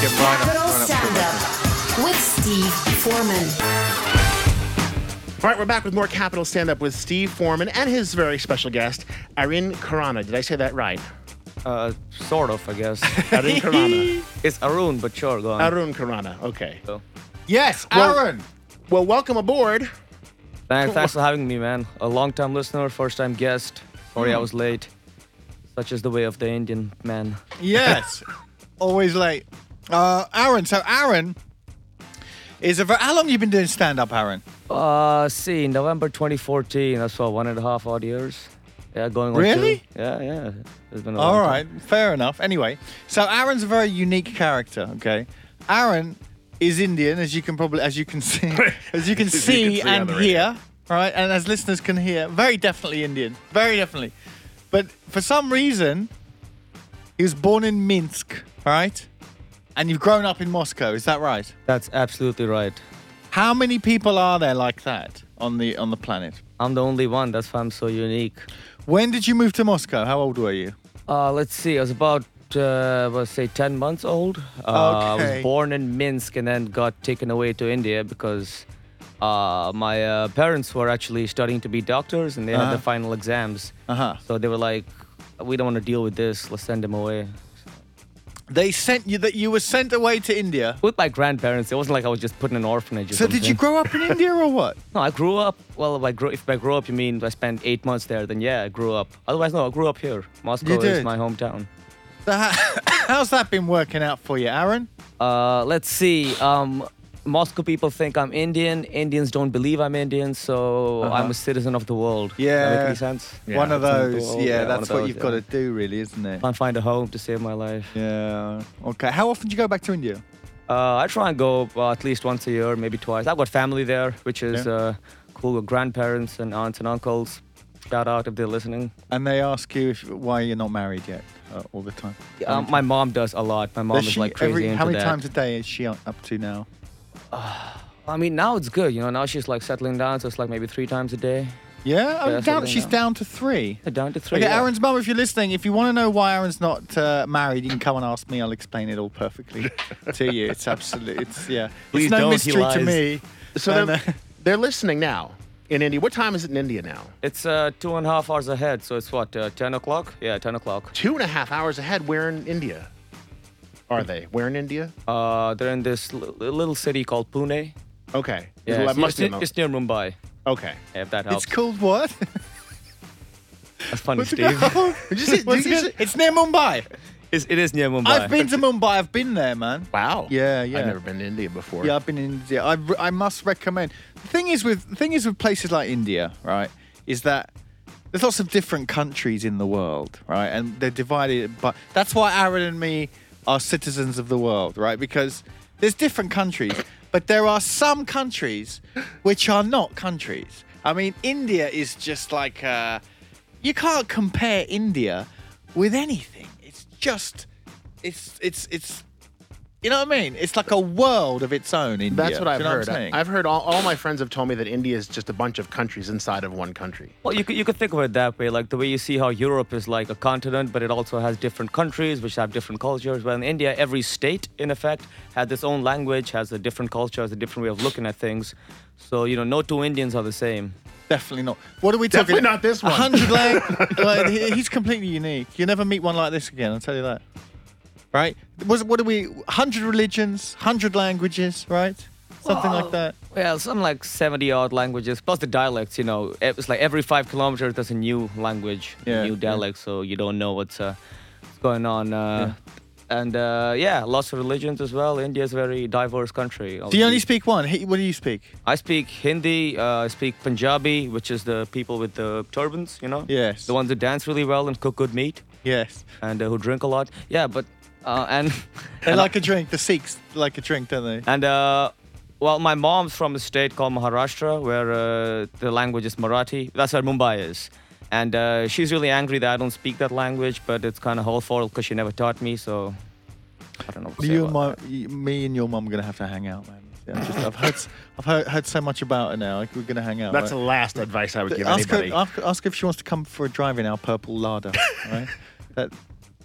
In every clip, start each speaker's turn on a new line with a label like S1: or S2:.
S1: Get mine up-
S2: Capital
S1: mine up.
S2: Stand Up with Steve Foreman.
S1: All right, we're back with more Capital Stand Up with Steve Foreman and his very special guest, Arin Karana. Did I say that right?
S3: Uh, sort of, I guess.
S1: Arin Karana.
S3: it's Arun, but sure, go on.
S1: Arun Karana. Okay.
S3: So,
S4: Yes,
S1: Well-
S4: Aaron.
S1: Well, welcome aboard.
S3: thanks, thanks for having me, man. A long-time listener, first-time guest. Sorry
S4: Hmm.
S3: I was late. Such is the way of the Indian man.
S4: Yes. Always late. Uh, Aaron. So Aaron is a. ver- How long you been doing stand up, Aaron?
S3: Uh, see, November 2014. That's for one and a half odd years. Yeah, going on two.
S4: Really?
S3: Yeah, yeah. It's been a
S4: All
S3: long time.
S4: right, fair enough. Anyway, so Aaron's a very unique character. Okay, Aaron is Indian, as you can probably, as you can see, as you can
S1: As you
S4: see
S1: can see on
S4: and
S1: the radio.
S4: hear, right, and as listeners can hear, very definitely Indian, very definitely. But for some reason, he was born in Minsk, right, and you've grown up in Moscow. Is that right?
S3: That's absolutely right.
S4: How many people are there like that on the on the planet?
S3: I'm the only one. That's why I'm so unique.
S4: When did you move to Moscow? How old were you?
S3: Uh, let's see. I was about, uh, let's say, 10 months old. Uh, I
S4: Okay.
S3: was born in Minsk and then got taken away to India because uh, my uh, parents were actually studying to be doctors and they had the
S4: Uh-huh.
S3: final exams.
S4: Uh-huh.
S3: So they were like, we don't want to deal with this. Let's send him away.
S4: They sent you that you were sent away to India.
S3: With my grandparents, it wasn't like I was just put in an orphanage. Or
S4: So did you
S3: something.
S4: grow up in India or what?
S3: No, I grew up. Well, if I, grew, if I grew up, you mean I spent eight months there, then yeah, I grew up. Otherwise, no, I grew up here. Moscow is
S4: did.
S3: my hometown.
S4: So ho- How's that been working out for you, Aaron?
S3: Uh, let's see. Um, Moscow people think I'm Indian. Indians don't believe I'm Indian, so I'm a citizen of the world. Does that make
S4: Uh-huh. Yeah.
S3: any sense?
S1: Yeah,
S4: one of
S3: that's
S4: those.
S3: something-
S4: yeah,
S3: yeah, one
S4: that's
S3: of
S4: what
S3: those,
S4: you've got to
S3: yeah.
S4: do, really, isn't it?
S3: Can't find a home to save my life.
S4: Yeah. Okay. How often do you go back to India?
S3: Uh, I try and go uh, at least once a year, maybe twice. I've got family there, which is
S4: Yeah.
S3: uh, cool. With grandparents and aunts and uncles. Shout out if they're listening.
S4: And they ask you if why you're not married yet uh, all the time. How
S3: Uh,
S4: many
S3: my
S4: times-
S3: mom does a lot. My mom
S4: um, Does
S3: is
S4: she
S3: like crazy
S4: every-
S3: into
S4: How many
S3: that.
S4: times a day is she up to now?
S3: I mean, now it's good. You know, now she's like settling down, so it's like maybe three times a day.
S4: Yeah, I mean,
S3: Yeah,
S4: down,
S3: something
S4: she's
S3: now.
S4: down to three.
S3: Down to three.
S4: Okay,
S3: yeah.
S4: Aaron's mum, if you're listening, if you want to know why Aaron's not uh, married, you can come and ask me. I'll explain it all perfectly to you. It's absolute. It's yeah.
S3: Please
S4: it's no
S3: don't, he
S4: mystery to
S3: lies.
S4: me.
S1: So
S4: And,
S1: they're,
S4: uh,
S1: they're listening now in India. What time is it in India now?
S3: It's uh, two and a half hours ahead, so it's what, uh, 10 o'clock? Yeah, 10 o'clock.
S1: Two and a half hours ahead. Where in India are they? Where in India?
S3: Uh, they're in this li- little city called Pune.
S1: Okay.
S3: Yeah,
S1: Well,
S3: it's,
S1: that must be
S3: it's-
S1: a mo-
S3: it's near Mumbai,
S1: okay.
S3: if that helps.
S4: it's called what?
S3: That's funny,
S4: What's it
S3: Steve.
S4: called?
S1: Did you see- did
S4: What's it
S1: you
S4: called?
S1: see-
S4: It's near Mumbai.
S3: It's, it is near Mumbai.
S4: I've been to Mumbai. I've been there, man.
S1: Wow.
S4: Yeah, yeah.
S1: I've never been to India before.
S4: Yeah, I've been in India. I, re- I must recommend. The thing is with the thing is with places like India, right? Is that there's lots of different countries in the world, right? And they're divided. But that's why Aaron and me are citizens of the world, right? Because there's different countries, but there are some countries which are not countries. I mean, India is just like uh, you can't compare India with anything. It's just it's it's it's you know what I mean? It's like a world of its own. India.
S1: That's what
S4: Do
S1: I've
S4: you know
S1: heard.
S4: I'm saying?
S1: I- I've heard all, all my friends have told me that India is just a bunch of countries inside of one country.
S3: Well, you could, you could think of it that way, like the way you see how Europe is like a continent, but it also has different countries which have different cultures. Well, in India, every state, in effect, has its own language, has a different culture, has a different way of looking at things. So, you know, no two Indians are the same.
S4: Definitely not. What are we
S1: Definitely
S4: talking?
S1: not this one.
S4: hundred like, like he- he's completely unique. You never meet one like this again. I'll tell you that. Right? Was what are we? Hundred religions, hundred languages, right? Something like that.
S3: Well, some like 70 odd languages, plus the dialects, you know. E, It's like every five kilometers, there's a new language,
S4: Yeah,
S3: a new
S4: yeah.
S3: dialect, so you don't know what's, uh, what's going on. Uh, And uh, yeah, lots of religions as well. India's a very diverse country.
S4: Do you only
S3: obviously.
S4: speak one? He- What do you speak?
S3: I speak Hindi, uh, I speak Punjabi, which is the people with the turbans, you know?
S4: Yes.
S3: The ones who dance really well and cook good meat
S4: Yes.
S3: and uh, who drink a lot. Yeah, but, uh, and.
S4: They like a drink. The Sikhs like a drink, don't they?
S3: And uh, well, my mom's from a state called Maharashtra, where uh, the language is Marathi. That's where Mumbai is. And uh, she's really angry that I don't speak that language, but it's kind of her fault because she never taught me. So I don't know. What to say
S4: You and
S3: about
S4: my, you- me and your mum are gonna have to hang out, man. Yeah, I'm just, I've heard, s- I've heard, heard so much about her now. Like, We're gonna hang out.
S1: That's the
S4: right?
S1: last advice Uh, I would give
S4: ask her,
S1: anybody.
S4: ask, ask her if she wants to come for a drive in our purple larder. all right? That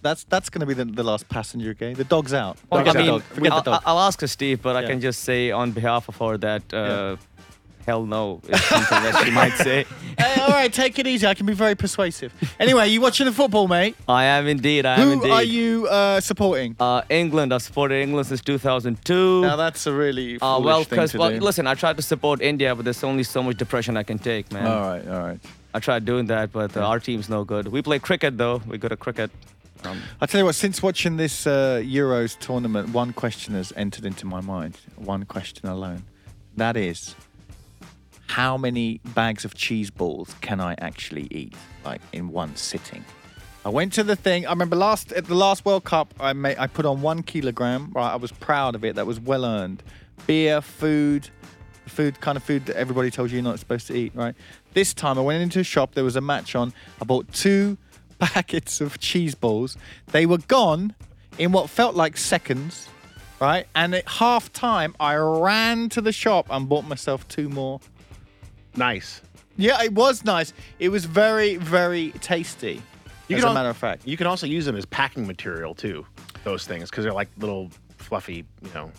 S4: that's that's going to be the, the last passenger game. The dog's out.
S3: Well,
S4: Dog's
S3: I
S4: out.
S3: mean,
S4: Dog. Forget
S3: I'll,
S4: the dog.
S3: I'll ask her, Steve, but I
S4: Yeah.
S3: can just say on behalf of her that uh, hell no is something that she might say.
S4: Hey, all right, take it easy. I can be very persuasive. Anyway, you watching the football, mate?
S3: I am indeed. I am
S4: Who
S3: indeed.
S4: are you uh, supporting?
S3: Uh, England. I've supported England since 2002.
S4: now that's a really
S3: uh,
S4: foolish
S3: well,
S4: thing
S3: because
S4: to
S3: well,
S4: do.
S3: listen, I tried to support India, but there's only so much depression I can take, man.
S4: All right, all right.
S3: I tried doing that, but uh, our team's no good. We play cricket though. We're good at cricket. Um,
S4: I tell you what, since watching this uh, Euros tournament, one question has entered into my mind. One question alone. That is, how many bags of cheese balls can I actually eat, like in one sitting? I went to the thing. I remember last at the last World Cup, I made I put on one kilogram. Right, I was proud of it. That was well earned. Beer, food, food kind of food that everybody told you you're not supposed to eat. Right. This time, I went into a shop. There was a match on. I bought two packets of cheese balls. They were gone in what felt like seconds. Right, and at half time, I ran to the shop and bought myself two more.
S1: Nice.
S4: Yeah, it was nice. It was very, very tasty. as
S1: can
S4: a
S1: al-
S4: matter of fact.
S1: you can also use them as packing material too. Those things because they're like little fluffy. You know,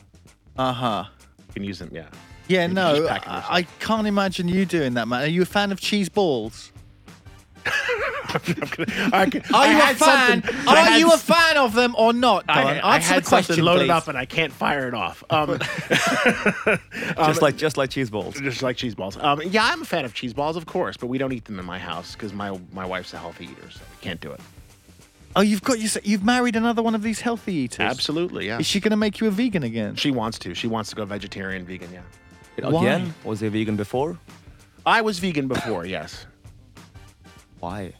S4: Uh huh.
S1: you can use them. Yeah.
S4: Yeah,
S1: You're
S4: no,
S1: just
S4: I,
S1: packing yourself.
S4: I can't imagine you doing that, man. Are you a fan of cheese balls?
S1: I, can,
S4: Are
S1: I
S4: you a
S1: had
S4: fan?
S1: something-
S4: Are
S1: I had
S4: you a
S1: s-
S4: fan of them or not? Don?
S1: I,
S4: Answer
S1: I had
S4: the question,
S1: something loaded
S4: please.
S1: up and I can't fire it off. Um,
S4: Um,
S3: just like just like cheese balls.
S1: just like cheese balls. Um, yeah, I'm a fan of cheese balls, of course, but we don't eat them in my house because my my wife's a healthy eater, so we can't do it.
S4: Oh, you've got your, you've married another one of these healthy eaters.
S1: Absolutely, yeah.
S4: Is she going to make you a vegan again?
S1: She wants to. She wants to go vegetarian, vegan. Yeah.
S4: Why?
S3: Again, was he vegan before?
S1: I was vegan before. yes.
S3: Why?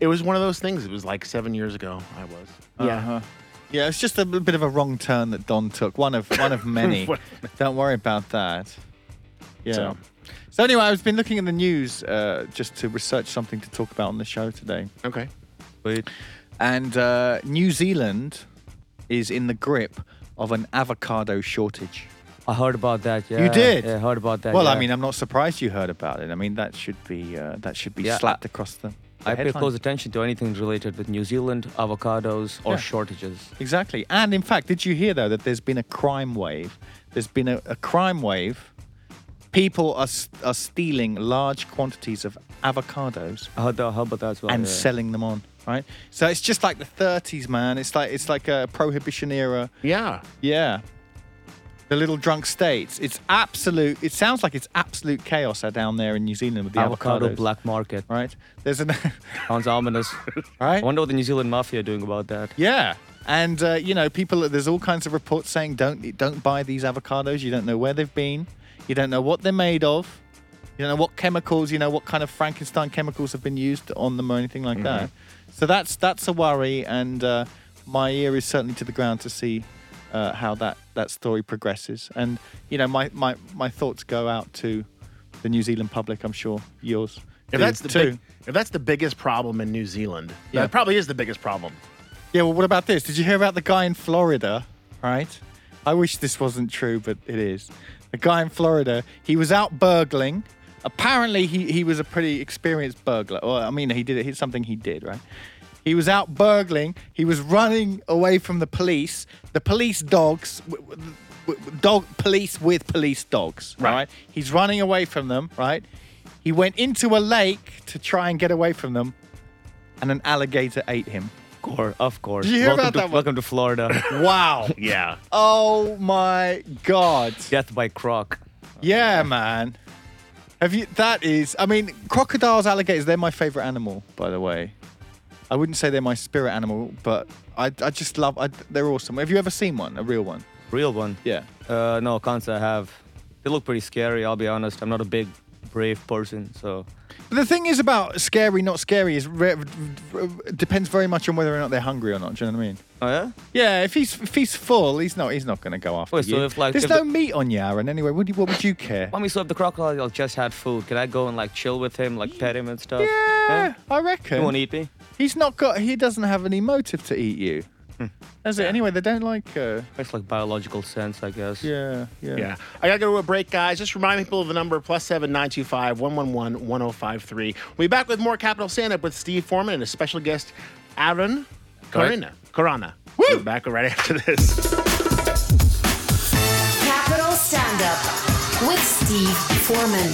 S1: It was one of those things. It was like seven years ago. I was.
S4: Uh-huh. Yeah, it's just a little bit of a wrong turn that Don took. One of one of many.
S1: What-
S4: Don't worry about that. Yeah. So,
S1: So-
S4: anyway, I've been looking at the news uh, just to research something to talk about on the show today,
S1: Okay.
S3: Wait.
S4: and uh, New Zealand is in the grip of an avocado shortage.
S3: I heard about that. Yeah.
S4: you did.
S3: Yeah, I heard about that.
S4: Well, I
S3: yeah.
S4: mean, I'm not surprised you heard about it. I mean, that should be uh, that should be
S3: Yeah,
S4: slapped
S3: I-
S4: across the. the
S3: I pay
S4: headline.
S3: close attention to anything related with New Zealand, avocados, or
S4: Yeah.
S3: shortages.
S4: Exactly. And in fact, did you hear though that there's been a crime wave? There's been a, a crime wave. People are, s- are stealing large quantities of avocados
S3: I heard that, how about that as well?
S4: and
S3: yeah.
S4: selling them on, right? So it's just like the 30s, man. It's like it's like a prohibition era.
S1: Yeah.
S4: Yeah. The little drunk states. It's absolute. It sounds like it's absolute chaos out down there in New Zealand with the
S3: avocado
S4: avocados,
S3: black market.
S4: Right? There's an
S3: Sounds ominous. I
S4: right.
S3: wonder what the New Zealand mafia are doing about that.
S4: Yeah. And uh, you know, people. There's all kinds of reports saying don't don't buy these avocados. You don't know where they've been. You don't know what they're made of. You don't know what chemicals. You know what kind of Frankenstein chemicals have been used on them or anything like that.
S1: Mm-hmm.
S4: So that's that's a worry. And uh, my ear is certainly to the ground to see uh, how that that story progresses. And you know, my my my thoughts go out to the New Zealand public. I'm sure yours. do
S1: If that's the
S4: too.
S1: big, if that's the biggest problem in New Zealand,
S4: Yeah.
S1: that probably is the biggest problem.
S4: Yeah, well, what about this? Did you hear about the guy in Florida? Right? I wish this wasn't true, but it is. The guy in Florida, he was out burgling. Apparently, he, he was a pretty experienced burglar. Well, I mean, he did it. It's something he did, right? He was out burgling. He was running away from the police. The police dogs, w- w- w- dog police with police dogs,
S1: Right.
S4: right? He's running away from them, right? He went into a lake to try and get away from them, and an alligator ate him.
S3: Of course. Of course.
S4: Did you hear
S3: welcome
S4: about
S3: to,
S4: that one?
S3: Welcome to Florida.
S4: Wow.
S1: Yeah.
S4: Oh my god.
S3: Death by croc.
S4: Yeah, man. Have you that is I mean, crocodiles, alligators, they're my favorite animal, by the way. I wouldn't say they're my spirit animal, but I, I just love I, they're awesome. Have you ever seen one? A real one?
S3: Real one.
S4: Yeah.
S3: Uh, no, can't say I have. They look pretty scary, I'll be honest. I'm not a big, brave person, so.
S4: But the thing is about scary, not scary, is re- re- depends very much on whether or not they're hungry or not. Do you know what I mean?
S3: Oh, yeah?
S4: Yeah, if he's if he's full, he's not he's not going to go after
S3: Wait, so
S4: you.
S3: if, like,
S4: There's
S3: if
S4: no
S3: the-
S4: meat on you, Aaron. Anyway, what, do you, what would you care?
S3: Mommy, so if the crocodile just had food, can I go and like chill with him, like pet him and stuff?
S4: yeah, I
S3: He
S4: reckon.
S3: won't eat me?
S4: He's not got. He doesn't have any motive to eat you. That's it. Anyway, they don't like. Uh,
S3: It's like biological sense, I guess.
S4: yeah, yeah.
S1: Yeah. I gotta go to a break, guys. Just remind people of the number plus seven nine two oh, five one one one one zero five three. We'll be back with more Capital Stand Up with Steve Foreman and a special guest, Aaron
S4: Correct.
S1: Karina. Karana. Woo! We're back right after this.
S2: Capital Stand Up with Steve Foreman.